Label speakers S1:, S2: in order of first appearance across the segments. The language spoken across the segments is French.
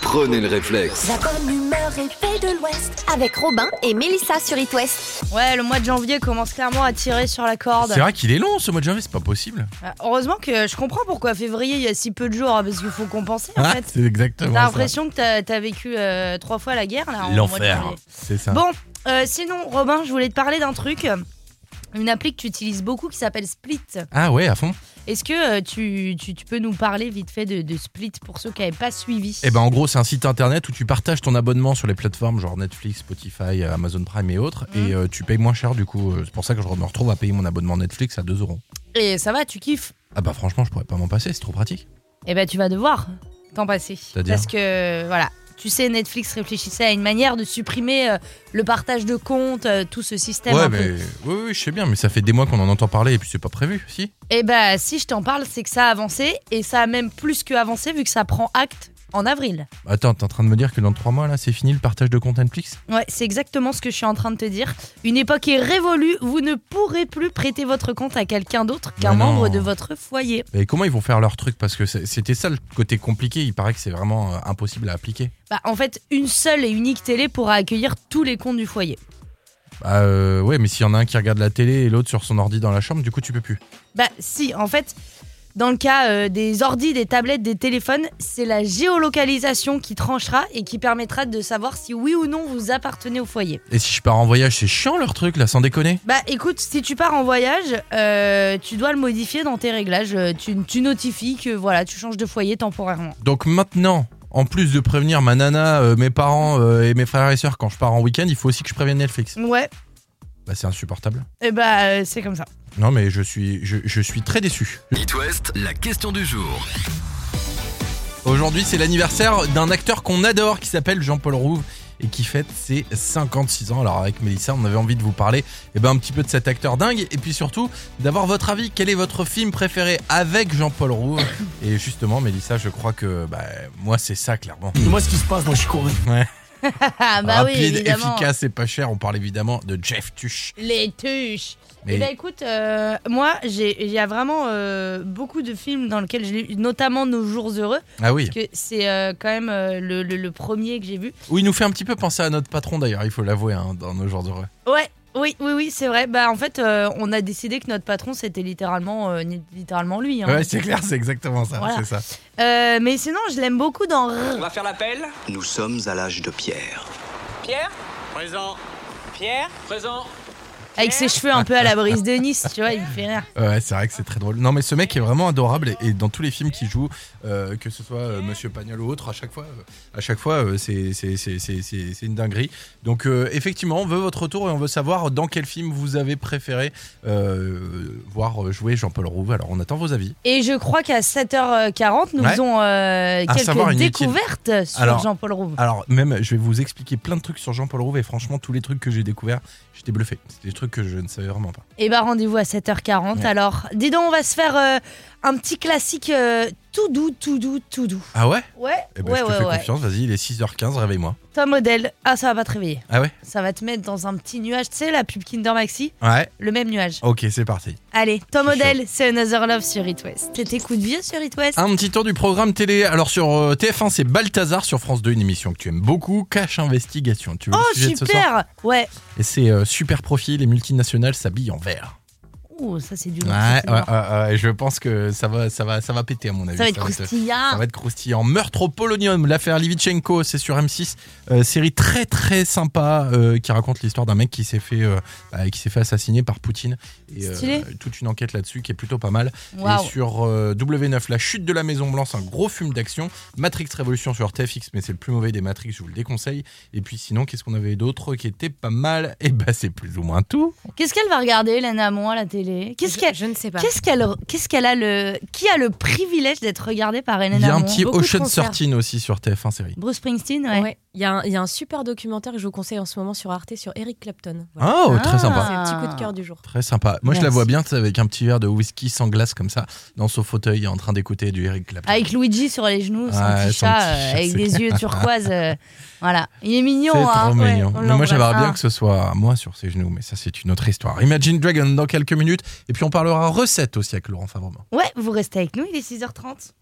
S1: Prenez le réflexe.
S2: La bonne humeur est faite de l'Ouest avec Robin et Mélissa sur It West.
S3: Ouais, le mois de janvier commence clairement à tirer sur la corde.
S4: C'est vrai qu'il est long ce mois de janvier, c'est pas possible.
S3: Ah, Heureusement que je comprends pourquoi février il y a si peu de jours, hein, parce qu'il faut compenser en
S4: Ah,
S3: fait.
S4: c'est exactement
S3: T'as
S4: ça.
S3: l'impression que t'as- t'as vécu euh, trois fois la guerre là. en mois de
S4: L'enfer.
S3: janvier.
S4: C'est ça.
S3: Bon, euh, sinon, Robin, je voulais te parler d'un truc. Une appli que tu utilises beaucoup qui s'appelle Split.
S4: Ah ouais, à fond.
S3: Est-ce que euh, tu, tu- tu peux nous parler vite fait de, de Split pour ceux qui n'avaient pas suivi
S4: Eh ben en gros, c'est un site internet où tu partages ton abonnement sur les plateformes genre Netflix, Spotify, euh, Amazon Prime et autres,
S3: Mhm.
S4: et euh, tu payes moins cher du coup. Euh, C'est pour ça que je me retrouve à payer mon abonnement Netflix à 2 euros.
S3: Et ça va, tu kiffes
S4: Ah bah franchement, je pourrais pas m'en passer, c'est trop pratique.
S3: Eh ben, tu vas devoir t'en passer.
S4: C'est-à-dire
S3: Parce que, voilà, tu sais, Netflix réfléchissait à une manière de supprimer euh, le partage de comptes, euh, tout ce système.
S4: ouais,
S3: un peu.
S4: mais oui, oui, je sais bien, mais ça fait des mois qu'on en entend parler et puis c'est pas prévu, si
S3: Eh ben, si je t'en parle, c'est que ça a avancé, et ça a même plus que avancé, vu que ça prend acte en avril.
S4: Attends, t'es en train de me dire que dans 3 mois là, c'est fini le partage de compte Netflix
S3: Ouais, c'est exactement ce que je suis en train de te dire. Une époque est révolue, vous ne pourrez plus prêter votre compte à quelqu'un d'autre qu'un
S4: Mais non.
S3: membre de votre foyer.
S4: Et comment ils vont faire leur truc Parce que c'est- c'était ça le côté compliqué, il paraît que c'est vraiment euh, impossible à appliquer.
S3: Bah, en fait, une seule et unique télé pourra accueillir tous les comptes du foyer.
S4: Bah euh, ouais, mais s'il y en a un qui regarde la télé et l'autre sur son ordi dans la chambre, du coup tu peux plus.
S3: Bah si, en fait, dans le cas euh, des ordis, des tablettes, des téléphones, c'est la géolocalisation qui tranchera et qui permettra de savoir si oui ou non vous appartenez au foyer.
S4: Et si je pars en voyage, c'est chiant leur truc là, sans déconner.
S3: Bah écoute, si tu pars en voyage, euh, tu dois le modifier dans tes réglages. Euh, Tu, tu notifies que voilà, tu changes de foyer temporairement.
S4: Donc maintenant, en plus de prévenir ma nana, euh, mes parents euh, et mes frères et sœurs quand je pars en week-end, il faut aussi que je prévienne Netflix.
S3: Ouais,
S4: Bah c'est insupportable.
S3: et bah euh, c'est comme ça.
S4: Non mais je suis, je, je suis très déçu.
S1: It West, la question du jour.
S4: Aujourd'hui c'est l'anniversaire d'un acteur qu'on adore qui s'appelle Jean-Paul Rouve et qui fête ses 56 ans. Alors avec Mélissa, on avait envie de vous parler eh ben, un petit peu de cet acteur dingue et puis surtout d'avoir votre avis. Quel est votre film préféré avec Jean-Paul Rouve Et justement Mélissa, je crois que bah, moi c'est ça clairement.
S5: Moi, ce qui se passe, moi, je suis couru.
S3: Ah bah oui,
S4: rapide,
S3: évidemment.
S4: efficace et pas cher. On parle évidemment de Jeff Tuch.
S3: Les tuches. Eh ben
S4: Mais
S3: écoute, euh, moi, j'ai- il y a vraiment euh, beaucoup de films dans lesquels j'ai lu, notamment Nos Jours Heureux,
S4: ah oui,
S3: parce que c'est euh, quand même euh, le, le- le premier que j'ai vu.
S4: oui, il nous fait un petit peu penser à notre patron d'ailleurs. Il faut l'avouer hein, dans nos jours heureux.
S3: Ouais, oui, oui, oui, c'est vrai. Bah en fait, euh, on a décidé que notre patron, c'était littéralement, euh, ni- littéralement lui. hein.
S4: Ouais, c'est clair, c'est exactement ça.
S3: Voilà.
S4: C'est ça.
S3: Euh, mais sinon, je l'aime beaucoup dans
S6: On
S3: Rrr.
S6: va faire l'appel.
S7: Nous sommes à l'âge de pierre.
S6: Pierre Présent. Pierre Présent.
S3: avec ses cheveux un peu à la brise de Nice, tu vois, il me fait rire.
S4: Ouais, c'est vrai que c'est très drôle. Non, mais ce mec est vraiment adorable et, et dans tous les films qu'il joue, euh, que ce soit euh, Monsieur Pagnol ou autre, à chaque fois, euh, à chaque fois, euh, c'est c'est- c'est- c'est- c'est- c'est une dinguerie. Donc euh, effectivement, on veut votre retour et on veut savoir dans quel film vous avez préféré euh, voir jouer Jean-Paul Rouve. Alors on attend vos avis.
S3: Et je crois qu'à 7h40, nous
S4: Ouais.
S3: faisons euh,
S4: Un savoir
S3: quelques
S4: inutile.
S3: découvertes sur
S4: Alors,
S3: Jean-Paul Rouve.
S4: Alors même, je vais vous expliquer plein de trucs sur Jean-Paul Rouve et franchement, tous les trucs que j'ai découverts, j'étais bluffé. C'est des trucs que je ne savais vraiment pas.
S3: Et bah rendez-vous à 7h40
S4: Ouais.
S3: alors. Dis donc, on va se faire euh, un petit classique euh, tout doux, tout doux, tout doux.
S4: Ah ouais
S3: Ouais,
S4: Eh ben,
S3: ouais,
S4: je te
S3: ouais,
S4: fais
S3: ouais.
S4: confiance, vas-y, il est 6h15, réveille-moi.
S3: Toi, modèle, ah, ça va pas te réveiller.
S4: Ah ouais
S3: Ça va te mettre dans un petit nuage. Tu sais, la pub Kinder Maxi,
S4: Ouais,
S3: le même nuage.
S4: ok, c'est parti.
S3: Allez, toi,
S4: Je suis
S3: modèle, c'est Another Love sur It West. C'était coup de vieux sur It West.
S4: Un petit tour du programme télé. Alors sur euh, TF1, c'est Balthazar, sur France 2, une émission que tu aimes beaucoup, Cache Investigation. Ah, Tu veux
S3: oh,
S4: le sujet de ce soir
S3: super Ouais.
S4: Et c'est euh, super profil, les multinationales s'habillent en vert.
S3: Ouh, ça, c'est du
S4: Ouais,
S3: lourd, ça, c'est
S4: ouais, ouais,
S3: lourd.
S4: ouais, je pense que ça va, ça va, ça va péter à mon avis.
S3: Ça va être croustillant.
S4: Ça va être croustillant. Meurtre au polonium, l'affaire Livichenko, c'est sur M6. Euh, série très très sympa euh, qui raconte l'histoire d'un mec qui s'est fait, euh, bah, qui s'est fait assassiner par Poutine. Et euh,
S3: Stylé.
S4: toute une enquête là-dessus qui est plutôt pas mal.
S3: Waouh.
S4: Et sur euh, W9, la chute de la Maison Blanche, un gros film d'action. Matrix Révolution sur TFX, mais c'est le plus mauvais des Matrix, je vous le déconseille. Et puis sinon, qu'est-ce qu'on avait d'autre qui était pas mal Et bah c'est plus ou moins tout.
S3: Qu'est-ce qu'elle va regarder, Lena Moi, à la télé Qu'est-ce qu'elle.
S8: je, je ne sais pas.
S3: Qu'est-ce qu'elle, qu'est-ce qu'elle a le, qui a le privilège d'être regardée par Elena
S4: Il y a un
S3: Moore
S4: petit
S8: beaucoup de
S4: Ocean
S8: concerts.
S4: 13 aussi sur TF1 hein, série.
S3: Bruce Springsteen, ouais.
S8: Ouais. Il y, a un- il y a un super documentaire que je vous conseille en ce moment sur Arte sur Eric Clapton. Voilà.
S4: Oh,
S3: Ah.
S4: très sympa.
S8: C'est le petit coup de cœur du jour.
S4: Très sympa. Moi, je la
S3: Merci.
S4: vois bien tu sais, avec un petit verre de whisky sans glace comme ça, dans son fauteuil, en train d'écouter du Eric Clapton.
S3: Avec Luigi sur les genoux, son
S4: Ouais,
S3: petit
S4: son
S3: chat,
S4: petit
S3: euh,
S4: chat,
S3: avec
S4: c'est
S3: des yeux turquoise. euh, voilà. Il est mignon,
S4: C'est
S3: hein.
S4: trop
S3: Ouais,
S4: mignon.
S3: on
S4: Mais moi,
S3: l'embrasse.
S4: j'aimerais bien
S3: Ah.
S4: que ce soit moi sur ses genoux, mais ça, c'est une autre histoire. Imagine Dragon dans quelques minutes. Et puis, on parlera recette aussi avec Laurent Fabre.
S3: Ouais, vous restez avec nous, il est 6h30.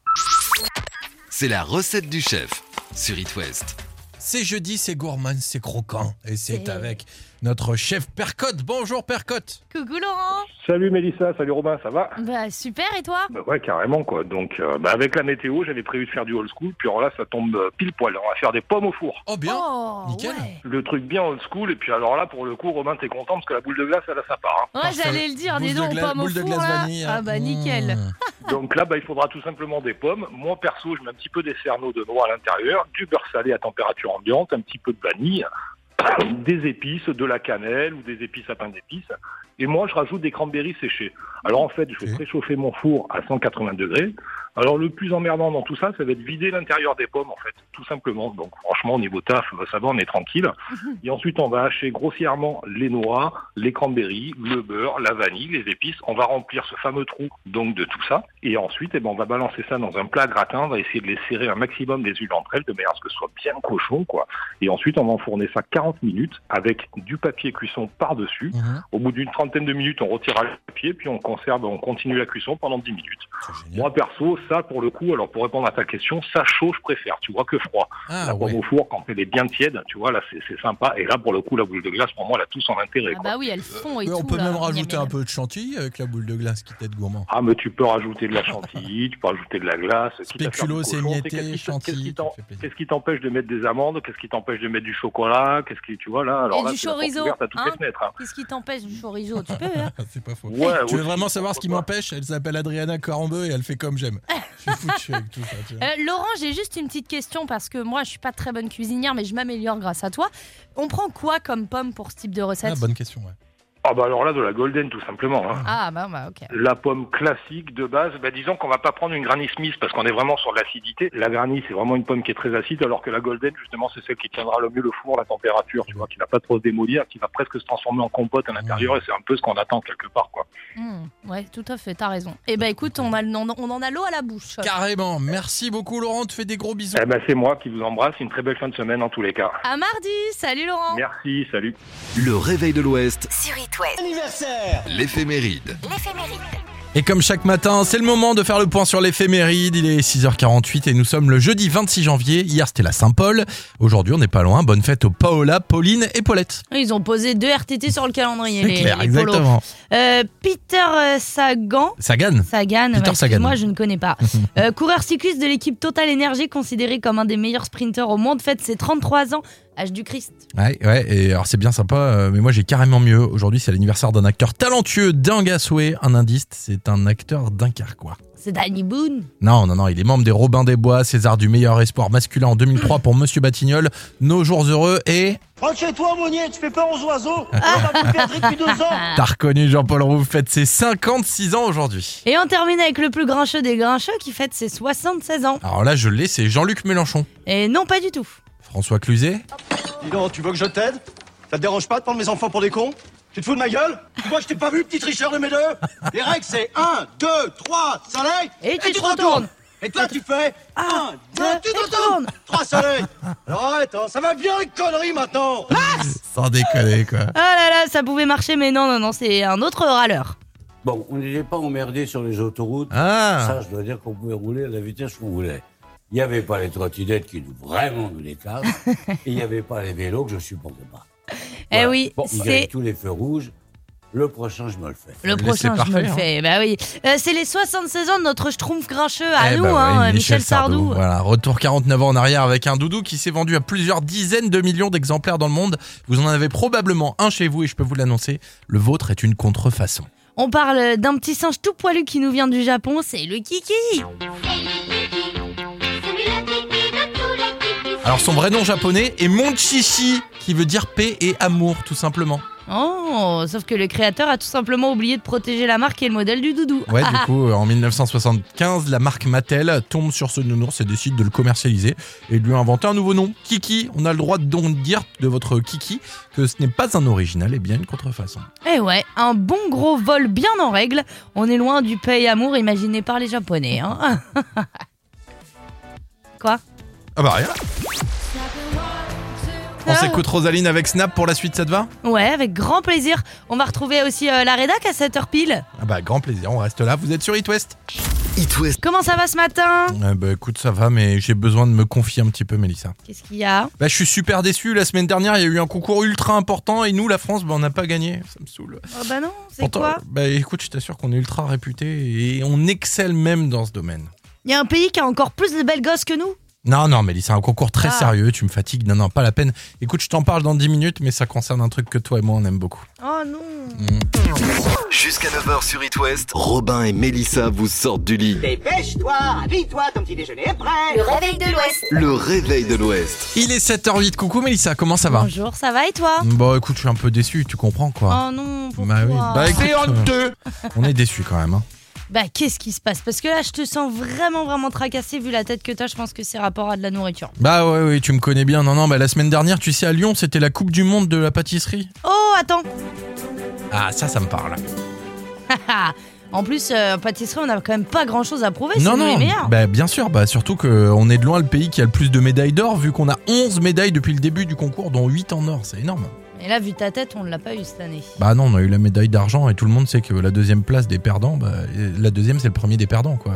S1: C'est la recette du chef. sur It West.
S4: C'est jeudi, c'est gourmand, c'est croquant. Et c'est
S3: C'est-
S4: avec notre chef Percotte. Bonjour Percotte.
S3: Coucou Laurent
S5: Salut Mélissa, salut Robin, ça va
S3: Bah super et toi
S5: bah Ouais, carrément quoi. Donc euh, bah, avec la météo, j'avais prévu de faire du old school, puis alors là ça tombe euh, pile poil. On va faire des pommes au four.
S4: Oh bien.
S3: Oh
S4: nickel.
S3: ouais,
S5: Le truc bien old school, et puis alors là pour le coup, Robin, t'es content parce que la boule de glace, elle a sa part. hein.
S3: Ouais,
S4: Parfait.
S3: j'allais le dire, dis
S4: Boule de
S3: donc,
S4: gla-
S3: pomme au
S4: boule de
S3: four
S4: glace
S9: hein.
S3: là.
S4: vanille. hein.
S3: Ah bah nickel.
S4: Mmh.
S5: hein. Donc là, bah, il faudra tout simplement des pommes. Moi perso, je mets un petit peu des cerneaux de noix à l'intérieur, du beurre salé à température ambiante, un petit peu de vanille, des épices, de la cannelle ou des épices à pain d'épices. Et moi, je rajoute des cranberries séchées. Alors en fait, je vais
S4: Ok.
S5: préchauffer mon four à 180 degrés. Alors le plus emmerdant dans tout ça, ça va être vider l'intérieur des pommes en fait, tout simplement. Donc franchement, au niveau taf, ça va, on est tranquille. Et ensuite, on va hacher grossièrement les noix, les cranberries, le beurre, la vanille, les épices. On va remplir ce fameux trou donc de tout ça. Et ensuite, eh ben, on va balancer ça dans un plat gratin. On va essayer de les serrer un maximum les unes entre elles de manière à ce que ce soit bien cochon quoi. Et ensuite, on va enfourner ça 40 minutes avec du papier cuisson par-dessus.
S4: Mmh.
S5: Au bout d'une trentaine de minutes, on retirera le papier, puis on conserve, on continue la cuisson pendant 10 minutes.
S4: C'est génial.
S5: Moi, perso, ça, pour le coup, alors pour répondre à ta question, ça chaud, je préfère, tu vois, que froid.
S4: Ah,
S5: la pomme
S4: ouais.
S5: au four, quand elle est bien tiède, tu vois, là, c'est c'est sympa. Et là, pour le coup, la boule de glace, pour moi, elle a tout son intérêt,
S9: Ah
S5: quoi.
S9: bah oui, elles font et
S4: Ouais,
S9: tout.
S4: on peut
S9: là.
S3: euh,
S4: même rajouter
S9: Miam,
S4: un
S9: miam.
S4: peu de chantilly avec la boule de glace qui t'aide gourmand.
S5: Ah, mais tu peux rajouter de la chantilly, tu peux rajouter de la glace. quitte à faire du
S4: Spéculoos,
S5: cochon,
S4: émietté,
S5: tu sais, qu'est-ce qui-
S4: chantilly,
S5: qu'est-ce qui
S4: ça
S5: t'en-
S4: fait plaisir.
S5: Qu'est-ce qui t'empêche de mettre des amandes Qu'est-ce qui t'empêche de mettre du chocolat Qu'est-ce qui, tu vois, là, alors
S3: Et
S5: là,
S3: du
S5: c'est la porte
S3: chorizo,
S5: ouverte à toutes
S3: hein
S5: les fenêtres, hein.
S3: Qu'est-ce qui t'empêche du chorizo Tu peux, hein
S4: C'est pas faux.
S5: Ouais,
S4: tu veux
S5: aussi,
S4: vraiment savoir ce qui
S5: pourquoi
S4: m'empêche Elle s'appelle Adriana Corambeu et elle fait comme j'aime. Je suis foutu avec tout ça. tu vois.
S9: Euh, Laurent, j'ai juste une petite question parce que moi, je suis pas très bonne cuisinière, mais je m'améliore grâce à toi.
S3: On prend quoi comme pomme pour ce type de recette
S4: Ah, bonne question. Ouais.
S5: pas. Ah, bah alors là, de la golden, tout simplement. hein.
S9: Ah bah, bah ok.
S5: La pomme classique de base, bah disons qu'on va pas prendre une Granny Smith parce qu'on est vraiment sur de l'acidité. La Granny, c'est vraiment une pomme qui est très acide, alors que la Golden, justement, c'est celle qui tiendra le mieux le four, la température, tu vois, qui va pas trop se démolir, qui va presque se transformer en compote à l'intérieur, et c'est un peu ce qu'on attend quelque part, quoi.
S9: Hmm, ouais, tout à fait, t'as raison. Eh bah écoute, on, a, le- on, on en a l'eau à la bouche.
S4: Carrément. Merci beaucoup, Laurent. On te fait des gros bisous.
S5: Eh ben, c'est moi qui vous embrasse, une très belle fin de semaine en tous les cas.
S9: À mardi, salut Laurent.
S5: Merci, salut.
S1: Le réveil de l'Ouest,
S2: Sur It West.
S1: l'éphéméride.
S2: L'éphéméride.
S4: Et comme chaque matin, c'est le moment de faire le point sur l'éphéméride. Il est 6h48 et nous sommes le jeudi 26 janvier. Hier, c'était la Saint-Paul. Aujourd'hui, on n'est pas loin. Bonne fête aux Paola, Pauline et Paulette.
S3: Ils ont posé deux RTT sur le calendrier,
S4: C'est
S3: les,
S4: clair,
S3: les polos.
S4: exactement.
S3: Euh, Peter euh, Sagan.
S4: Ça gagne.
S3: Sagan,
S4: Peter Sagan.
S3: moi je ne connais pas. Euh, coureur cycliste de l'équipe Total Energy, considéré comme un des meilleurs sprinteurs au monde, fête ses 33 ans, âge du Christ.
S4: Ouais, ouais, et alors c'est bien sympa, euh, mais moi j'ai carrément mieux. Aujourd'hui, c'est l'anniversaire d'un acteur talentueux, dingue à souhait, un indice, c'est un acteur dunkerquois.
S3: C'est Danny Boone.
S4: Non, non, non, il est membre des Robins des Bois, César du meilleur espoir masculin en 2003 pour Monsieur Batignolles, Nos jours heureux et.
S10: Rentre chez toi, Monnier, tu fais peur aux oiseaux. On va plus perdre depuis deux ans.
S4: T'as reconnu Jean-Paul Roux, fête ses 56 ans aujourd'hui.
S3: Et on termine avec le plus grincheux des grincheux qui fête ses 76 ans.
S4: Alors là, je l'ai, c'est Jean-Luc Mélenchon.
S3: Et non, pas du tout.
S4: François Cluzet
S10: Dis donc, tu veux que je t'aide Ça te dérange pas de prendre mes enfants pour des cons Tu te fous de ma gueule Tu crois que je t'ai pas vu, petit tricheur de mes deux Les règles, c'est 1, 2, 3, soleil
S3: Et tu te retournes. Ah,
S10: Et toi, tu fais 1, 2, tu
S3: et
S10: te
S3: retournes.
S10: retournes 3 soleils Alors arrête, hein, ça va bien les conneries maintenant
S4: Sans déconner, quoi.
S3: Ah là là, ça pouvait marcher, mais non, non, non, c'est un autre râleur.
S11: Bon, on n'était pas emmerdé sur les autoroutes.
S4: Ah
S11: Ça, je dois dire qu'on pouvait rouler à la vitesse qu'on voulait. Il n'y avait pas les trottinettes qui nous, vraiment nous les cassent. et il n'y avait pas les vélos que je supportais pas.
S3: Eh
S11: Voilà.
S3: oui,
S11: Bon, il gagne
S3: c'est
S11: tous les feux rouges. Le prochain, je me le fais.
S3: le
S4: Mais
S3: prochain,
S4: c'est
S3: je me le
S4: parfait, hein.
S3: fais. Bah oui. Euh, c'est les 76 ans de notre schtroumpf grincheux à
S4: Eh
S3: nous,
S4: bah ouais,
S3: hein, Michel Sardou.
S4: Voilà, retour 49 ans en arrière avec un doudou qui s'est vendu à plusieurs dizaines de millions d'exemplaires dans le monde. Vous en avez probablement un chez vous et je peux vous l'annoncer, le vôtre est une contrefaçon.
S3: On parle d'un petit singe tout poilu qui nous vient du Japon, c'est le Kiki.
S4: Alors son vrai nom japonais est Monchichi, qui veut dire paix et amour tout simplement.
S3: Oh, sauf que le créateur a tout simplement oublié de protéger la marque et le modèle du doudou.
S4: Ouais, du coup, euh, en 1975, la marque Mattel tombe sur ce nounours et décide de le commercialiser et de lui inventer un nouveau nom, Kiki. On a le droit de donc dire de votre Kiki que ce n'est pas un original et bien une contrefaçon.
S3: Eh ouais, un bon gros vol bien en règle. On est loin du paix et amour imaginé par les Japonais. Hein. Quoi
S4: Ah bah rien. On s'écoute Rosaline avec Snap pour la suite, ça te va
S3: Ouais, avec grand plaisir. On va retrouver aussi euh, la rédac à 7h pile.
S4: Ah bah grand plaisir, on reste là, vous êtes sur It West.
S1: It West.
S3: Comment ça va ce matin
S4: Eh ben, écoute, ça va, mais j'ai besoin de me confier un petit peu, Mélissa.
S3: Qu'est-ce qu'il y a
S4: Bah, je suis super déçu. La semaine dernière, il y a eu un concours ultra important et nous, la France, bah, on n'a pas gagné. Ça me saoule.
S3: Oh bah non, c'est
S4: Pourtant,
S3: quoi
S4: Bah, écoute, je t'assure qu'on est ultra réputé et on excelle même dans ce domaine.
S3: Il y a un pays qui a encore plus de belles gosses que nous
S4: Non, non, Mélissa, un concours très
S3: Ah.
S4: sérieux. Tu me fatigues. Non, non, pas la peine. Écoute, je t'en parle dans 10 minutes, mais ça concerne un truc que toi et moi, on aime beaucoup.
S3: Oh non
S4: Mm.
S1: Jusqu'à 9h sur It West, Robin et Mélissa vous sortent du lit.
S12: Dépêche-toi, habille-toi, ton petit déjeuner est prêt.
S2: Ah, Le réveil de l'Ouest.
S1: Le réveil de l'Ouest.
S4: Il est 7h08. Coucou, Mélissa, comment ça va
S3: Bonjour, ça va et toi
S4: Bon, écoute, je suis un peu déçu, tu comprends quoi.
S3: Oh non, pourquoi
S4: bah oui, bah écoute,
S12: C'est honteux.
S4: euh, on est déçu quand même. hein.
S3: Bah, qu'est-ce qui se passe Parce que là, je te sens vraiment, vraiment tracassé vu la tête que t'as. Je pense que c'est rapport à de la nourriture.
S4: Bah ouais, oui, tu me connais bien. Non, non, bah la semaine dernière, tu sais, à Lyon, c'était la Coupe du Monde de la pâtisserie.
S3: Oh, attends
S4: Ah, ça, ça me parle.
S3: En plus, euh, pâtisserie, on a quand même pas grand-chose à prouver.
S4: non,
S3: c'est nous
S4: non,
S3: les meilleurs.
S4: bah bien sûr, bah surtout qu'on est de loin le pays qui a le plus de médailles d'or, vu qu'on a 11 médailles depuis le début du concours, dont 8 en or, c'est énorme.
S3: Et là, vu ta tête, on l'a pas eu cette année.
S4: Bah non, on a eu la médaille d'argent et tout le monde sait que la deuxième place des perdants, bah, la deuxième, c'est le premier des perdants, quoi.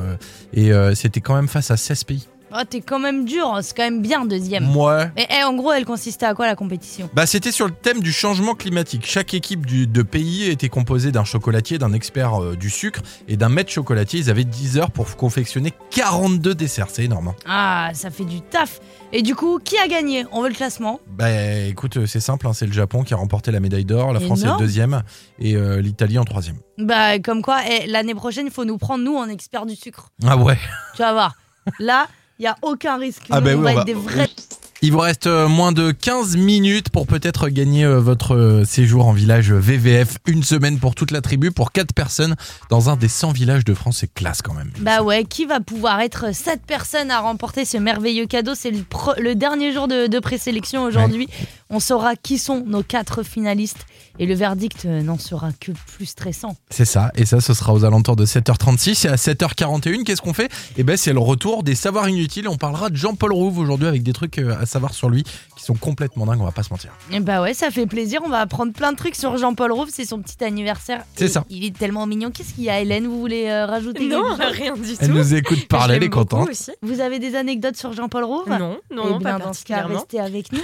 S4: Et euh, c'était quand même face à 16 pays.
S3: Oh, t'es quand même dur, hein, c'est quand même bien deuxième.
S4: Ouais.
S3: Mais eh, en gros, elle consistait à quoi la compétition
S4: Bah, c'était sur le thème du changement climatique. Chaque équipe du- de pays était composée d'un chocolatier, d'un expert euh, du sucre et d'un maître chocolatier. Ils avaient 10 heures pour confectionner 42 desserts. C'est énorme. hein.
S3: Ah, ça fait du taf. Et du coup, qui a gagné On veut le classement.
S4: Bah écoute, euh, c'est simple, hein, c'est le Japon qui a remporté la médaille d'or, la France est
S3: Énorme.
S4: deuxième et euh, l'Italie en troisième.
S3: Bah, comme quoi, eh, l'année prochaine, il faut nous prendre, nous, en experts du sucre.
S4: Ah ouais
S3: Tu vas voir. Là, il y a aucun risque.
S4: Ah
S3: Nous,
S4: bah
S3: on
S4: oui,
S3: va
S4: on
S3: être
S4: va-
S3: des vrais.
S4: Il vous reste euh, moins de 15 minutes pour peut-être gagner euh, votre euh, séjour en village VVF. Une semaine pour toute la tribu, pour 4 personnes, dans un des 100 villages de France. C'est classe quand même.
S3: Bah ouais, qui va pouvoir être cette personne à remporter ce merveilleux cadeau C'est le, pre- le dernier jour de, de présélection aujourd'hui. On saura qui sont nos quatre finalistes et le verdict euh, n'en sera que plus stressant.
S4: C'est ça, et ça, ce sera aux alentours de 7h36 et à 7h41. Qu'est-ce qu'on fait Eh ben, c'est le retour des savoirs inutiles. On parlera de Jean-Paul Rouve aujourd'hui avec des trucs euh, à savoir sur lui qui sont complètement dingues. On va pas se mentir.
S3: Et bah ouais, ça fait plaisir. On va apprendre plein de trucs sur Jean-Paul Rouve. C'est son petit anniversaire.
S4: C'est
S3: Et
S4: ça.
S3: Il est tellement mignon. Qu'est-ce qu'il y a, Hélène Vous voulez euh, rajouter
S8: Non,
S3: quelque chose
S8: rien du tout.
S4: Elle nous écoute parler, elle est contente.
S3: Vous avez des anecdotes sur Jean-Paul Rouve
S8: Non, non,
S3: Eh
S8: non,
S3: bien,
S8: pas
S3: dans ce cas,
S8: particulièrement.
S3: restez avec nous.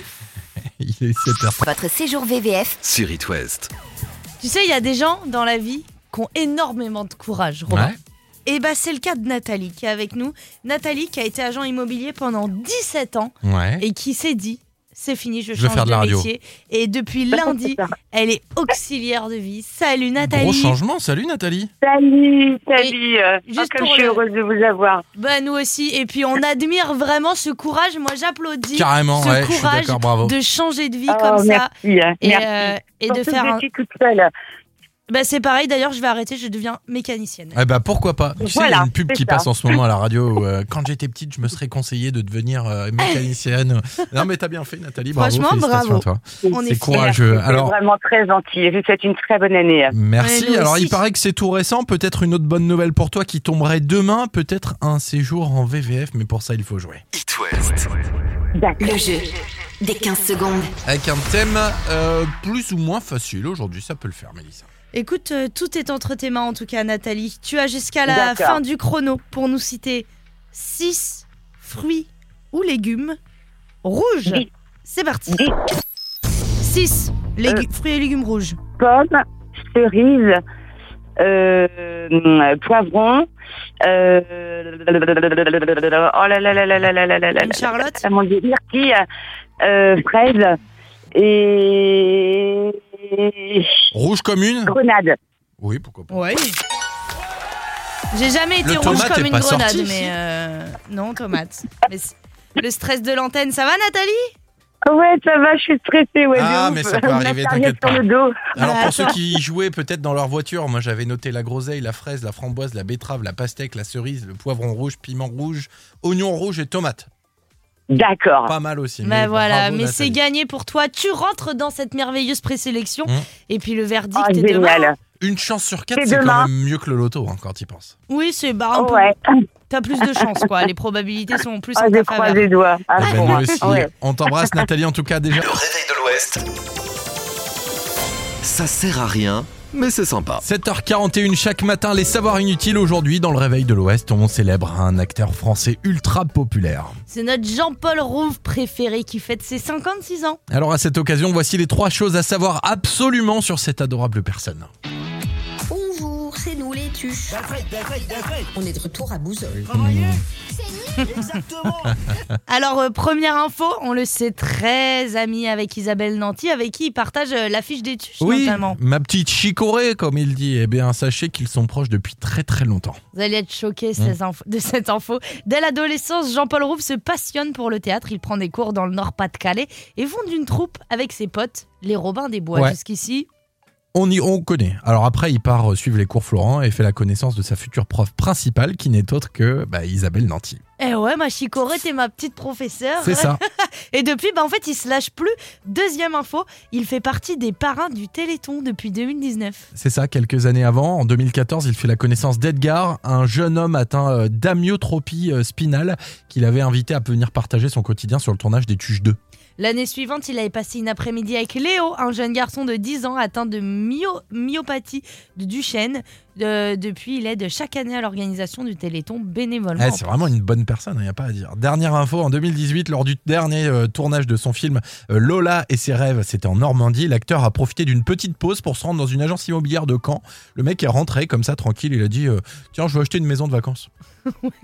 S4: Il est 7h.
S2: Votre séjour VVF.
S1: Sur It West.
S3: Tu sais, il y a des gens dans la vie qui ont énormément de courage, Romain.
S4: Ouais.
S3: Et bah c'est le cas de Nathalie qui est avec nous. Nathalie qui a été agent immobilier pendant 17 ans
S4: Ouais.
S3: et qui s'est dit c'est fini, je
S4: Je vais
S3: change
S4: faire de
S3: de,
S4: la radio.
S3: métier. Et depuis
S13: Bah,
S3: lundi, elle est auxiliaire de vie. Salut Nathalie.
S4: Gros changement. Salut Nathalie.
S13: Salut, salut. euh,
S3: juste
S13: oh, comme
S3: pour
S13: je suis
S3: le-
S13: heureuse de vous avoir.
S3: Bah nous aussi. Et puis on admire vraiment ce courage. Moi j'applaudis
S4: Carrément,
S3: ce
S4: ouais, je suis
S3: courage
S4: d'accord, bravo.
S3: de changer de vie
S13: Oh,
S3: comme ça
S13: merci, hein,
S3: et,
S13: merci.
S3: euh, et de
S13: Surtout
S3: faire.
S13: que
S3: Un...
S13: Je suis toute seule.
S3: Bah c'est pareil. D'ailleurs je vais arrêter. Je deviens mécanicienne.
S4: Eh ben, pourquoi pas Tu sais, il y a
S13: Voilà,
S4: une pub
S13: c'est
S4: qui
S13: ça.
S4: passe en ce moment à la radio. où, euh, quand j'étais petite, je me serais conseillé de devenir euh, mécanicienne. non, mais t'as bien fait, Nathalie. Bravo.
S3: Franchement,
S4: félicitations
S3: bravo.
S4: à toi.
S3: On
S4: C'est
S3: est fiers.
S4: courageux.
S13: C'est
S4: Euh, Alors,
S13: vraiment très gentil. Je vous souhaite une très bonne année.
S3: Ouais,
S4: Merci.
S3: nous
S4: Alors,
S3: aussi.
S4: il paraît que c'est tout récent. Peut-être une autre bonne nouvelle pour toi qui tomberait demain. Peut-être un séjour en VVF, mais pour ça, il faut jouer.
S1: It West.
S2: Le jeu. Des 15 secondes.
S4: Avec un thème euh, plus ou moins facile aujourd'hui, ça peut le faire, Mélissa.
S3: Écoute, euh, tout est entre tes mains en tout cas, Nathalie. Tu as jusqu'à la
S13: D'accord.
S3: fin du chrono pour nous citer 6 fruits ou légumes rouges.
S13: Dix.
S3: C'est parti.
S13: Dix. Euh.
S3: 6 fruits et légumes rouges.
S13: Pommes, cerises, euh, poivrons. Euh... Oh là là là là là là là là là.
S3: Une Charlotte
S13: Ah, mon Dieu. Myrtille, euh, fraise et
S4: Rouge commune
S13: grenade.
S4: Oui, pourquoi pas.
S3: Ouais. J'ai jamais été
S4: Le
S3: rouge
S4: tomate
S3: comme
S4: est
S3: une
S4: pas
S3: grenade,
S4: sorti,
S3: mais
S4: si.
S3: euh, non, tomate. Mais c'est- le stress de l'antenne, ça va, Nathalie
S13: Ouais, ça va, je suis stressée. Ouais,
S4: Ah,
S13: de ouf.
S4: mais ça peut
S13: Ma
S4: arriver, t'inquiète
S13: serviette
S4: pas.
S13: sur le dos.
S4: Alors
S3: Bah,
S4: pour ceux qui y jouaient peut-être dans leur voiture, moi j'avais noté la groseille, la fraise, la framboise, la betterave, la pastèque, la cerise, le poivron rouge, piment rouge, oignon rouge et tomate.
S13: D'accord.
S4: Pas mal aussi.
S3: Bah
S4: mais
S3: voilà,
S4: bravo,
S3: mais
S4: Nathalie.
S3: c'est gagné pour toi. Tu rentres dans cette merveilleuse présélection
S4: Mmh.
S3: et puis le verdict
S13: Oh,
S3: est demain.
S13: génial.
S4: Une chance sur quatre,
S13: C'est
S4: c'est quand
S13: demain.
S4: même mieux que le loto hein, quand y penses.
S3: Oui, c'est bah, un peu-
S13: ouais,
S3: T'as plus de chance, quoi. Les probabilités sont plus
S13: Ah,
S3: en
S13: j'ai
S3: ta faveur.
S13: croisé les doigts. Ah,
S4: Eh ben,
S13: pour
S4: nous
S13: moi.
S4: aussi.
S13: Ouais.
S4: On t'embrasse Nathalie en tout cas déjà.
S1: Le réveil de l'Ouest. Ça sert à rien, mais c'est sympa.
S4: 7h41 chaque matin, les savoirs inutiles. Aujourd'hui, dans le Réveil de l'Ouest, on célèbre un acteur français ultra populaire.
S3: C'est notre Jean-Paul Rouve préféré qui fête ses 56 ans.
S4: Alors, à cette occasion, voici les trois choses à savoir absolument sur cette adorable personne.
S14: Bonjour, c'est nous les tuches.
S2: Ben
S14: On est de retour à Bouzol.
S12: Exactement.
S3: Alors, euh, première info, on le sait très ami avec Isabelle Nanty, avec qui il partage euh, l'affiche des tuches
S4: Oui,
S3: notamment.
S4: ma petite chicorée, comme il dit. Eh bien, sachez qu'ils sont proches depuis très très longtemps.
S3: Vous allez être choqués ces
S4: Mm.
S3: infos- de cette info. Dès l'adolescence, Jean-Paul Rouve se passionne pour le théâtre. Il prend des cours dans le Nord-Pas-de-Calais et fonde une troupe avec ses potes, les Robins des Bois.
S4: Ouais.
S3: Jusqu'ici,
S4: On y on connaît. Alors après, il part euh, suivre les cours Florent et fait la connaissance de sa future prof principale, qui n'est autre que bah, Isabelle Nanty.
S3: eh ouais, ma chicorée, t'es ma petite professeure.
S4: C'est ça.
S3: Et depuis, bah, en fait, il se lâche plus. Deuxième info, il fait partie des parrains du Téléthon depuis 2019.
S4: C'est ça, quelques années avant, en 2014, il fait la connaissance d'Edgar, un jeune homme atteint euh, d'amyotropie euh, spinale qu'il avait invité à venir partager son quotidien sur le tournage des Tuches 2.
S3: L'année suivante, il avait passé une après-midi avec Léo, un jeune garçon de 10 ans atteint de myo- myopathie de Duchenne. Euh, depuis, il aide chaque année à l'organisation du Téléthon bénévolement.
S4: Eh, c'est vraiment une bonne personne, il n'y a pas à dire. Dernière info, en 2018, lors du dernier euh, tournage de son film euh, Lola et ses rêves, c'était en Normandie, l'acteur a profité d'une petite pause pour se rendre dans une agence immobilière de Caen. Le mec est rentré comme ça, tranquille, il a dit euh, Tiens, je veux acheter une maison de vacances.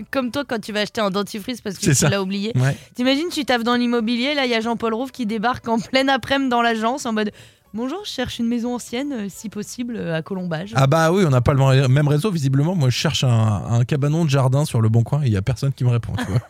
S3: Comme toi quand tu vas acheter un dentifrice parce que
S4: C'est
S3: tu
S4: ça.
S3: l'as oublié.
S4: Ouais.
S3: T'imagines, tu taffes dans l'immobilier, là, il y a Jean-Paul Rouve qui débarque en pleine après-midi dans l'agence en mode Bonjour, je cherche une maison ancienne, euh, si possible, euh, à Colombage.
S4: Ah bah oui, on n'a pas le même réseau visiblement. Moi, je cherche un, un cabanon de jardin sur le bon coin et il y a personne qui me répond. tu vois.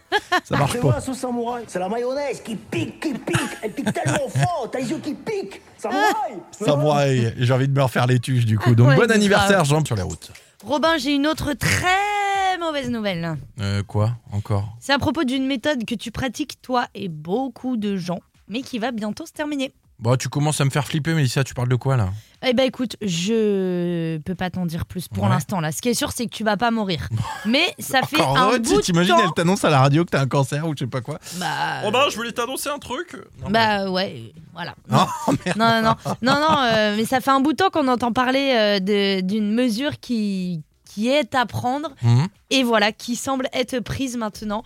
S4: Ça marche
S12: C'est moi,
S4: pas.
S12: sauce samouraï. C'est la mayonnaise qui pique, qui pique. Elle pique tellement fort. T'as les yeux qui piquent. Samouraï.
S4: Ah, Samouraï, j'ai envie de me refaire les tuches du coup. Donc
S3: Ouais,
S4: bon
S3: grave.
S4: anniversaire, Jean, sur les routes.
S3: Robin, j'ai une autre très mauvaise nouvelle.
S4: Euh, quoi encore
S3: C'est à propos d'une méthode que tu pratiques toi et beaucoup de gens, mais qui va bientôt se terminer.
S4: Bon, Bah, tu commences à me faire flipper, Mélissa, tu parles de quoi là
S3: Eh ben écoute, je peux pas t'en dire plus pour
S4: Ouais.
S3: l'instant là. Ce qui est sûr, c'est que tu vas pas mourir. Mais ça fait
S4: Encore
S3: un
S4: heureux,
S3: bout de
S4: t'imagines, elle Oh,
S3: temps.
S4: t'annonce à la radio que t'as un cancer ou je sais pas quoi.
S3: Bah,
S4: Robin, je voulais t'annoncer un truc. Non,
S3: bah ouais, euh, voilà.
S4: Oh,
S3: Non, non, non, non, non, euh, mais ça fait un bout de temps qu'on entend parler euh, de- d'une mesure qui qui est à prendre
S4: Mhm.
S3: et voilà qui semble être prise maintenant.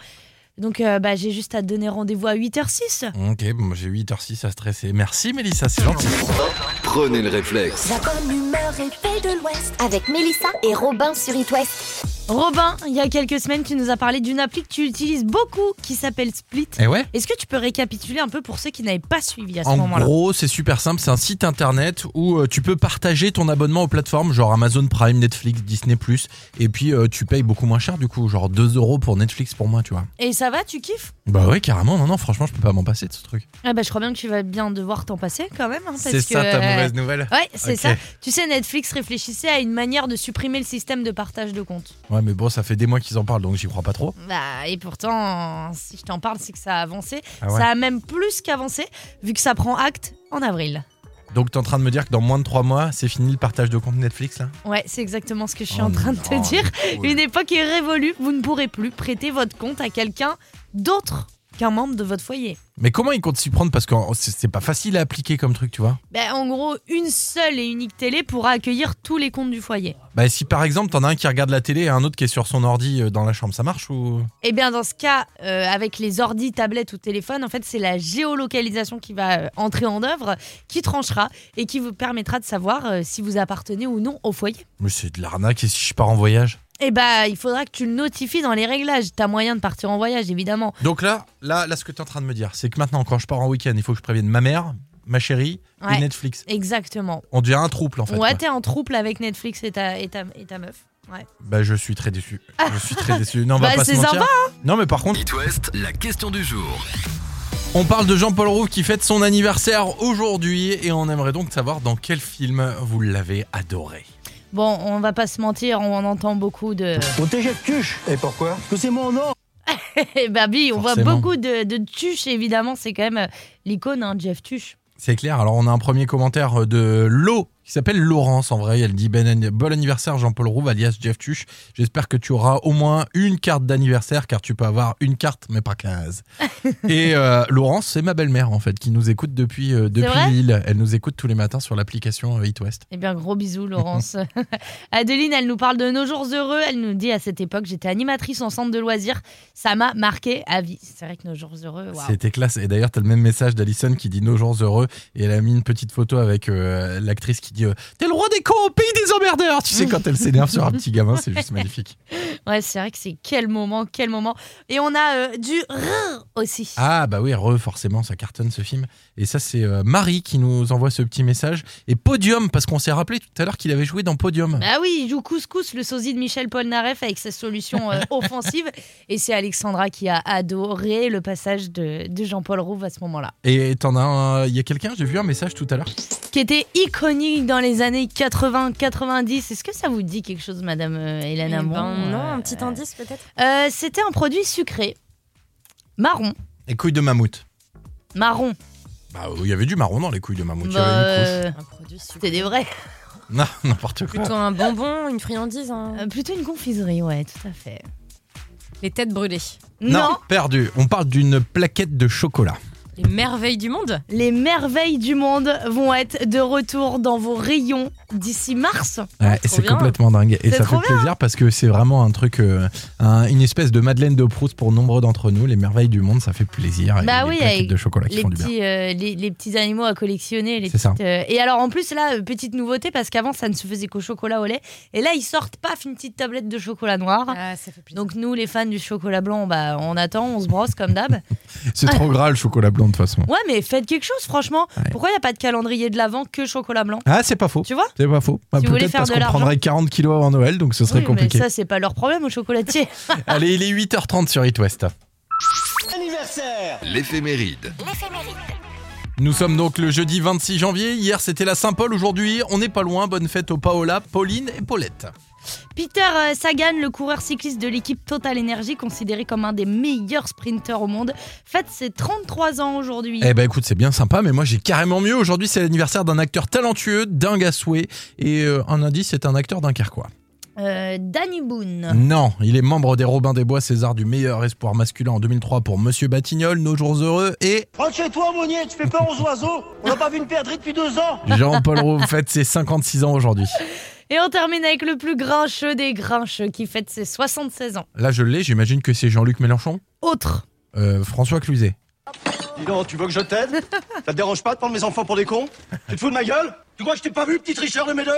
S3: Donc euh, bah j'ai juste à te donner rendez-vous à 8h06.
S4: hum, Ok, bon, j'ai 8h06 à stresser. Merci, Mélissa, c'est gentil.
S1: Prenez le réflexe.
S2: La bonne humeur et paix de l'Ouest avec Mélissa et Robin sur It West.
S3: Robin, il y a quelques semaines, tu nous as parlé d'une appli que tu utilises beaucoup qui s'appelle Split.
S4: Eh ouais
S3: Est-ce que tu peux récapituler un peu pour ceux qui n'avaient pas suivi à ce
S4: En
S3: moment-là
S4: gros, c'est super simple, c'est un site internet où euh, tu peux partager ton abonnement aux plateformes, genre Amazon Prime, Netflix, Disney+, et puis euh, tu payes beaucoup moins cher du coup, genre 2 euros pour Netflix pour moi, tu vois.
S3: Et ça va, tu kiffes
S4: Bah ouais, carrément, non, non, franchement, je peux pas m'en passer de ce truc.
S3: Ah bah je crois bien que tu vas bien devoir t'en passer quand même. hein, parce
S4: C'est ça
S3: que,
S4: ta
S3: euh,
S4: mauvaise nouvelle
S3: Ouais, c'est
S4: Ok.
S3: ça. Tu sais, Netflix réfléchissait à une manière de supprimer le système de partage de comptes.
S4: Ouais, mais bon, ça fait des mois qu'ils en parlent, donc j'y crois pas trop.
S3: Bah, et pourtant, si je t'en parle, c'est que ça a avancé.
S4: Ah ouais.
S3: Ça a même plus qu'avancé, vu que ça prend acte en avril.
S4: Donc t'es en train de me dire que dans moins de 3 mois, c'est fini le partage de compte Netflix, là
S3: Ouais, c'est exactement ce que je suis
S4: Oh
S3: en train de te
S4: non,
S3: dire.
S4: cool.
S3: Une époque est révolue. Vous ne pourrez plus prêter votre compte à quelqu'un d'autre qu'un membre de votre foyer.
S4: Mais comment ils comptent s'y prendre Parce que c'est c'est pas facile à appliquer comme truc, tu vois.
S3: Ben, en gros, une seule et unique télé pourra accueillir tous les comptes du foyer.
S4: Bah si par exemple, t'en as un qui regarde la télé et un autre qui est sur son ordi euh, dans la chambre, ça marche ou...
S3: Et Eh bien, dans ce cas, euh, avec les ordi, tablettes ou téléphones, en fait, c'est la géolocalisation qui va euh, entrer en œuvre, qui tranchera et qui vous permettra de savoir euh, si vous appartenez ou non au foyer.
S4: Mais c'est de l'arnaque et si je pars en voyage
S3: Et ben, il faudra que tu le notifies dans les réglages. T'as moyen de partir en voyage, évidemment.
S4: Donc là, là, là, ce que tu es en train de me dire, c'est que maintenant, quand je pars en week-end, il faut que je prévienne ma mère, ma chérie
S3: Ouais.
S4: et Netflix.
S3: Exactement.
S4: On devient un trouble en fait.
S3: ouais,
S4: quoi.
S3: t'es en trouble avec Netflix et ta, et ta, et ta meuf. Ouais.
S4: Bah, je suis très déçu. Je suis très déçu. Non, on va
S3: Bah,
S4: pas se
S3: c'est
S4: mentir.
S3: sympa,
S4: Non, mais par contre,
S1: It West, la question du jour.
S4: on parle de Jean-Paul Rouve qui fête son anniversaire aujourd'hui et on aimerait donc savoir dans quel film vous l'avez adoré.
S3: Bon, on va pas se mentir, on en entend beaucoup de.
S10: On te jette tuche. Et pourquoi Parce que c'est mon or.
S3: Eh ben, oui, on voit
S4: Forcément.
S3: beaucoup de, de Tuche, évidemment, c'est quand même euh, l'icône, hein, Jeff Tuche.
S4: C'est clair. Alors, on a un premier commentaire de Lo qui s'appelle Laurence en vrai. Elle dit ben, anni- Bon anniversaire Jean-Paul Rouve alias Jeff Tuche. J'espère que tu auras au moins une carte d'anniversaire car tu peux avoir une carte mais pas 15. Et euh, Laurence, c'est ma belle-mère en fait qui nous écoute depuis, euh,
S3: vrai
S4: depuis Lille. Elle nous écoute tous les matins sur l'application euh, It West.
S3: Eh bien, gros bisous, Laurence. Adeline, elle nous parle de nos jours heureux. Elle nous dit à cette époque, j'étais animatrice en centre de loisirs. Ça m'a marqué à vie. C'est vrai que nos jours heureux, waouh.
S4: C'était classe. Et d'ailleurs, t'as le même message d'Alison qui dit Nos jours heureux. Et elle a mis une petite photo avec euh, l'actrice qui dit euh, T'es le roi des cons au pays des emmerdeurs Tu sais, quand elle s'énerve sur un petit gamin, c'est juste magnifique.
S3: Ouais, c'est vrai que c'est quel moment, quel moment. Et on a euh, du rrr aussi.
S4: Ah, bah oui, re, forcément, ça cartonne ce film. Et ça, c'est euh, Marie qui nous envoie ce petit message. Et Podium, parce qu'on s'est rappelé tout à l'heure qu'il avait joué dans Podium.
S3: Bah oui, il joue couscous, le sosie de Michel Polnareff avec sa solution euh, offensive. Et c'est Alexandra qui a adoré le passage de, de Jean-Paul Rouve à ce moment-là.
S4: Et t'en as un. Il y a quelqu'un, j'ai vu un message tout à l'heure.
S3: Qui était iconique dans les années 80-90. Est-ce que ça vous dit quelque chose, Madame euh, Hélène
S8: Eh ben,
S3: Hamon
S8: non,
S3: Euh,
S8: un petit indice peut-être
S3: euh, C'était un produit sucré. Marron.
S4: Les couilles de mammouth.
S3: Marron.
S4: Bah, il y avait du marron dans les couilles de mammouth. Il y
S3: Bah,
S4: avait une
S3: euh, C'était des vrais.
S4: croûte. Non, n'importe quoi.
S8: Plutôt un bonbon, une friandise. hein.
S3: Euh, plutôt une confiserie, ouais, tout à fait.
S8: Les têtes brûlées.
S4: perdu. On parle d'une plaquette de chocolat.
S8: Les merveilles du monde
S3: Les merveilles du monde vont être de retour dans vos rayons d'ici mars.
S4: Ouais, et c'est
S3: Oh, bien.
S4: complètement dingue. Et
S3: C'est
S4: ça
S3: trop
S4: fait plaisir parce que c'est vraiment un truc, euh, un- une espèce de Madeleine de Proust pour nombreux d'entre nous. Les merveilles du monde, ça fait plaisir. Et
S3: Bah
S4: les
S3: oui,
S4: plaquettes
S3: avec
S4: de chocolat qui
S3: les
S4: font du bien.
S3: petits, euh, les, les petits animaux à collectionner. Les
S4: C'est ça.
S3: petites, euh, et alors en plus là, euh, petite nouveauté parce qu'avant ça ne se faisait qu'au chocolat au lait. Et là ils sortent paf une petite tablette de chocolat noir.
S8: Ah,
S3: Donc nous les fans du chocolat blanc, bah on attend, on se brosse comme d'hab.
S4: C'est trop gras le chocolat blanc de toute façon.
S3: Ouais mais faites quelque chose franchement. Pourquoi il n'y a pas de calendrier de l'avant que chocolat blanc
S4: Ah, c'est pas faux.
S3: Tu vois
S4: C'est pas faux. Bah,
S3: Si vous voulez
S4: Peut-être
S3: faire
S4: parce
S3: de
S4: qu'on
S3: l'argent.
S4: prendrait 40 kilos avant Noël, donc ce serait
S3: Oui,
S4: compliqué.
S3: Mais ça c'est pas leur problème au chocolatier.
S4: Allez, il est 8h30 sur It West.
S12: Anniversaire
S1: L'éphéméride.
S4: Nous sommes donc le jeudi 26 janvier. Hier, c'était la Saint-Paul. Aujourd'hui, on n'est pas loin. Bonne fête aux Paola, Pauline et Paulette.
S3: Peter euh, Sagan, le coureur cycliste de l'équipe Total Energy, considéré comme un des meilleurs sprinteurs au monde, fête ses 33 ans aujourd'hui.
S4: Eh ben écoute, c'est bien sympa, mais moi j'ai carrément mieux. Aujourd'hui, c'est l'anniversaire d'un acteur talentueux, dingue à souhait. Et euh, un indice, c'est un acteur dunkerquois.
S3: Euh, Danny Boone.
S4: Non, il est membre des Robins des Bois, César du meilleur espoir masculin en 2003 pour Monsieur Batignolles, Nos Jours Heureux et
S10: Rentre chez toi, Monnier, tu fais peur aux oiseaux. On n'a pas vu une perdrix depuis deux ans.
S4: Jean-Paul Roux fête ses 56 ans aujourd'hui.
S3: Et on termine avec le plus grincheux des grincheux qui fête ses 76 ans.
S4: Là, je l'ai, j'imagine que c'est Jean-Luc Mélenchon
S3: Autre.
S4: Euh, François Cluzet.
S10: Dis donc, tu veux que je t'aide Ça te dérange pas de prendre mes enfants pour des cons Tu te fous de ma gueule Tu crois que je t'ai pas vu, petit tricheur de mes deux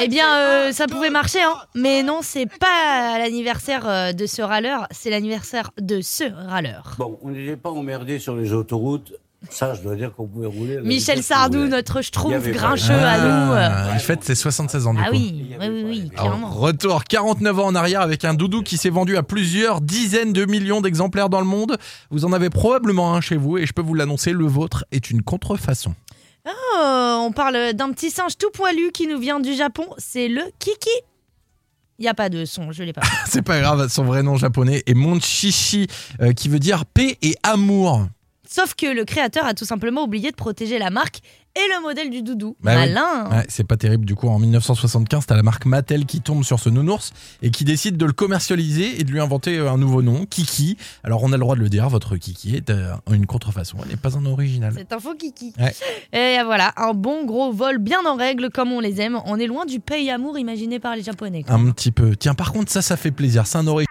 S3: Eh bien, euh, ça pouvait marcher, hein. Mais non, c'est pas l'anniversaire euh, de ce râleur, c'est l'anniversaire de ce râleur.
S11: Bon, on n'était pas emmerdé sur les autoroutes. Ça, je dois dire qu'on pouvait rouler. à la
S3: Michel
S11: vitesse qu'on
S3: Sardou,
S11: voulait.
S3: notre
S11: Il y
S3: schtroumpf
S11: avait pas- Ah,
S3: grincheux à nous. euh.
S4: Ah, il fête ses 76 ans du
S3: Ah
S4: coup.
S3: oui, oui, oui, oui,
S4: Alors,
S3: clairement.
S4: Ah,
S11: Ah,
S4: retour 49 ans en arrière avec un doudou qui s'est vendu à plusieurs dizaines de millions d'exemplaires dans le monde. Vous en avez probablement un chez vous et je peux vous l'annoncer, le vôtre est une contrefaçon.
S3: Oh, on parle d'un petit singe tout poilu qui nous vient du Japon, c'est le Kiki. Il n'y a pas de son, je l'ai pas.
S4: C'est pas grave, son vrai nom japonais est Monchichi, euh, qui veut dire paix et amour.
S3: Sauf que le créateur a tout simplement oublié de protéger la marque et le modèle du doudou.
S4: Bah oui.
S3: Malin. hein.
S4: Ouais, c'est pas terrible. Du coup, en 1975, t'as la marque Mattel qui tombe sur ce nounours et qui décide de le commercialiser et de lui inventer euh, un nouveau nom, Kiki. Alors, on a le droit de le dire, votre Kiki est euh, une contrefaçon, elle n'est pas un original.
S3: C'est un faux kiki.
S4: Ouais.
S3: Et voilà, un bon gros vol bien en règle comme on les aime. On est loin du paye amour imaginé par les Japonais. quoi.
S4: Un petit peu. Tiens, par contre, ça, ça fait plaisir. C'est un ori-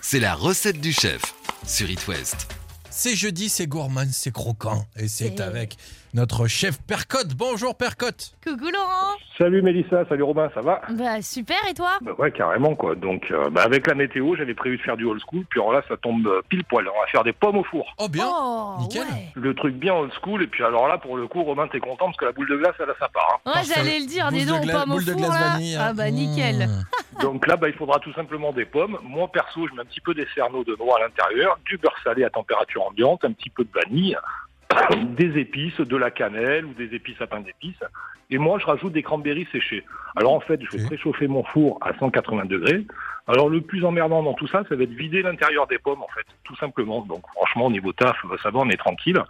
S1: C'est la recette du chef sur It West.
S4: C'est jeudi, c'est gourmand, c'est croquant. Et c'est
S3: C'est-
S4: avec notre chef Percotte. Bonjour, Percotte.
S3: Coucou Laurent
S5: Salut Mélissa, salut Robin, ça va
S3: Bah super et toi
S5: Bah ouais, carrément quoi. Donc euh, bah, avec la météo, j'avais prévu de faire du old school, puis alors là ça tombe euh, pile poil. On va faire des pommes au four.
S4: Oh, bien.
S3: Oh
S4: Nickel.
S3: ouais,
S5: Le truc bien old school, et puis alors là pour le coup, Robin t'es content parce que la boule de glace elle a sa part. hein.
S3: Ouais, j'allais le dire, dis
S4: Boule de
S3: donc,
S4: gla-
S3: pas mon
S4: boule de
S3: four
S4: glace
S9: hein.
S3: là.
S4: vanille. hein.
S3: Ah bah nickel.
S4: Mmh.
S5: Donc là bah, il faudra tout simplement des pommes. Moi perso, je mets un petit peu des cerneaux de noix à l'intérieur, du beurre salé à température ambiante, un petit peu de vanille, des épices, de la cannelle ou des épices à pain d'épices. Et moi, je rajoute des cranberries séchées. Alors en fait, je vais préchauffer mon four à 180 degrés. Alors le plus emmerdant dans tout ça, ça va être vider l'intérieur des pommes, en fait, tout simplement. Donc franchement, au niveau taf, ça va, on est tranquille.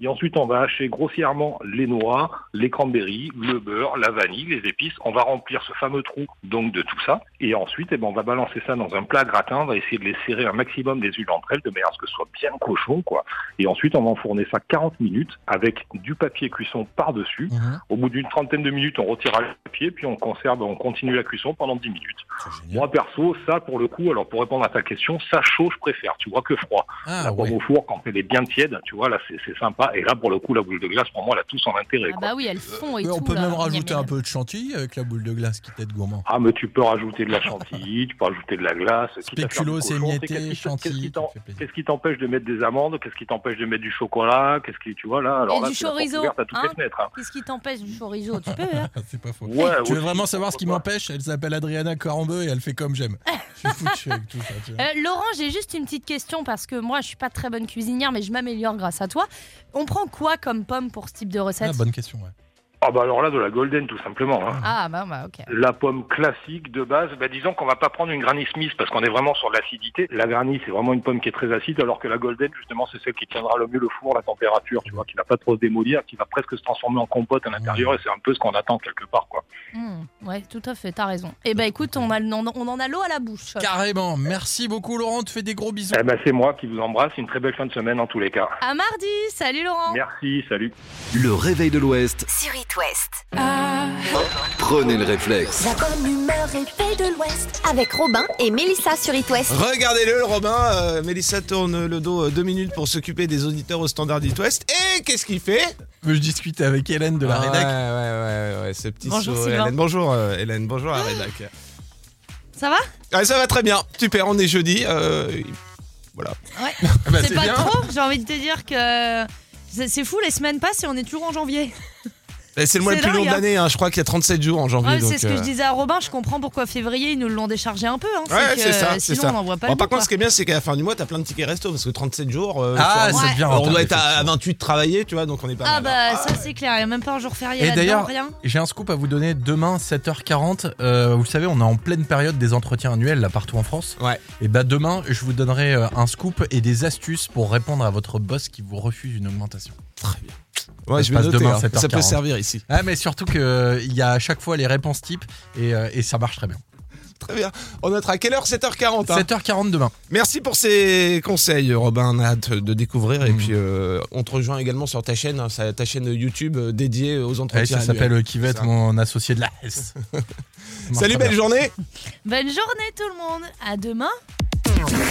S5: Et ensuite, on va hacher grossièrement les noix, les cranberries, le beurre, la vanille, les épices. On va remplir ce fameux trou donc de tout ça. Et ensuite, eh ben, on va balancer ça dans un plat gratin. On va essayer de les serrer un maximum les huiles entre elles de manière à ce que ce soit bien cochon, quoi. Et ensuite, on va enfourner ça 40 minutes avec du papier cuisson par-dessus.
S4: Mmh.
S5: Au bout d'une trentaine de minutes, on retirera le papier, puis on conserve, on continue la cuisson pendant 10 minutes. Moi, perso, ça, pour le coup, alors pour répondre à ta question, ça chaud, je préfère, tu vois, que froid.
S4: Ah,
S5: la pomme au four, quand elle est bien tiède, tu vois, là, c'est c'est sympa. Et là, pour le coup, la boule de glace, pour moi, elle a tout son intérêt.
S9: Ah
S5: quoi.
S9: bah oui, elles font et
S4: Mais
S9: tout.
S4: on peut
S9: là.
S4: même
S9: Miam,
S4: rajouter
S9: miam,
S4: un peu de chantilly avec la boule de glace qui t'aide gourmand.
S5: Ah, mais tu peux rajouter de la chantilly, tu peux rajouter de la glace. quitte à faire
S4: Spéculoos
S5: du cochon,
S4: émiettés,
S5: tu sais, qu'est-ce qui-
S4: chantilly,
S5: qu'est-ce qui t'en- Qu'est-ce qui t'empêche de mettre des amandes Qu'est-ce qui t'empêche de mettre du chocolat Qu'est-ce qui, tu vois, là Alors
S9: Et
S5: là,
S9: du
S5: c'est la porte
S9: chorizo,
S5: ouverte à toutes les
S9: hein
S5: fenêtres. hein.
S9: Qu'est-ce qui t'empêche du chorizo Tu peux, hein
S4: C'est pas faux.
S5: Ouais,
S4: tu veux
S5: aussi,
S4: vraiment savoir ce qui m'empêche Elle s'appelle Adriana Corambeu et elle fait comme j'aime. Je suis foutu avec tout ça. tu vois.
S9: Euh, Laurent, j'ai juste une petite question parce que moi, je suis pas très bonne cuisinière, mais je m'améliore grâce à toi. On prend quoi comme pomme pour ce type de recette
S4: Ah, bonne question, ouais.
S5: Ah, bah alors là, de la golden, tout simplement. hein.
S9: Ah, bah, bah, ok.
S5: La pomme classique de base, bah disons qu'on va pas prendre une Granny Smith parce qu'on est vraiment sur de l'acidité. La Granny, c'est vraiment une pomme qui est très acide, alors que la Golden, justement, c'est celle qui tiendra le mieux le four, la température, tu vois, qui va pas trop se démolir, qui va presque se transformer en compote à l'intérieur, et c'est un peu ce qu'on attend quelque part, quoi.
S9: Hmm, ouais, tout à fait, t'as raison. Eh
S4: Bah,
S9: ben écoute, on, a, le- on, on en a l'eau à la bouche.
S4: Carrément. Merci beaucoup, Laurent. Tu fais des gros bisous.
S5: Eh ben, c'est moi qui vous embrasse. Une très belle fin de semaine en tous les cas.
S9: À mardi, salut Laurent.
S5: Merci, salut.
S1: Le réveil de l'Ouest,
S2: Sur It West.
S1: prenez le réflexe.
S2: La bonne humeur et paix de l'Ouest avec Robin et Mélissa sur It West.
S15: Regardez-le, le Robin. euh, Mélissa tourne le dos euh, deux minutes pour s'occuper des auditeurs au Standard It West. Et qu'est-ce qu'il fait
S4: Je discute avec Hélène de la
S15: Ah
S4: rédac.
S15: Ouais, ouais, ouais, ouais, ce petit
S4: Bonjour,
S15: sourire.
S4: Sylvain.
S15: Hélène, bonjour, euh, Hélène, bonjour à la rédac.
S9: Ça va
S15: Ah, ça va très bien. Super, on est jeudi. euh, voilà.
S9: Ouais.
S4: Ah
S15: bah,
S9: c'est
S15: c'est
S9: pas
S15: bien.
S9: trop, j'ai envie de te dire que c'est c'est fou, les semaines passent et on est toujours en janvier.
S15: Eh, C'est le mois
S9: C'est
S15: le plus
S9: dingue,
S15: long de
S9: hein.
S15: l'année. hein. Je crois qu'il y a 37 jours en janvier.
S9: Ouais, c'est
S15: donc,
S9: ce que
S15: euh,
S9: je disais à Robin, je comprends pourquoi février ils nous l'ont déchargé un peu. Hein,
S15: Ouais,
S9: que,
S15: c'est ça,
S9: euh,
S15: c'est
S9: Sinon
S15: ça.
S9: on n'en voit pas
S15: Bon,
S9: le
S15: par
S9: bout,
S15: contre, ce qui est bien, c'est qu'à la fin du mois, t'as plein de tickets resto parce que 37 jours. euh,
S4: Ah,
S15: sur un
S4: ça
S15: mois.
S4: devient
S15: Alors, On
S4: rentable,
S15: doit être à 28 travaillés, tu vois, donc on est pas
S9: quoi. Ah
S15: mal. hein.
S9: bah ça c'est clair, il n'y a même pas un jour férié
S4: Et
S9: là-dedans,
S4: d'ailleurs,
S9: rien.
S4: j'ai un scoop à vous donner demain 7h40. Euh, vous le savez, on est en pleine période des entretiens annuels là partout en France.
S15: Ouais.
S4: Et bah demain, je vous donnerai euh, un scoop et des astuces pour répondre à votre boss qui vous refuse une augmentation.
S15: Très bien.
S4: Ça
S15: Ouais,
S4: se
S15: je vais
S4: passe
S15: noter,
S4: demain,
S15: hein.
S4: 7h40.
S15: Ça peut servir ici.
S4: Ah mais surtout que euh, il y a à chaque fois les réponses types et, euh, et ça marche très bien.
S15: Très bien. On notera à quelle heure 7h40.
S4: 7h40 demain.
S15: Merci pour ces conseils, Robin. On a hâte de découvrir.
S4: Mhm.
S15: Et puis, euh, on te rejoint également sur ta chaîne, hein, sa- ta chaîne YouTube euh, dédiée aux
S4: Ouais,
S15: entretiens.
S4: ça s'appelle euh,
S15: annuels.
S4: qui va être
S15: Ça.
S4: mon associé de la S.
S15: Salut, belle journée.
S9: Bonne journée tout le monde, à demain.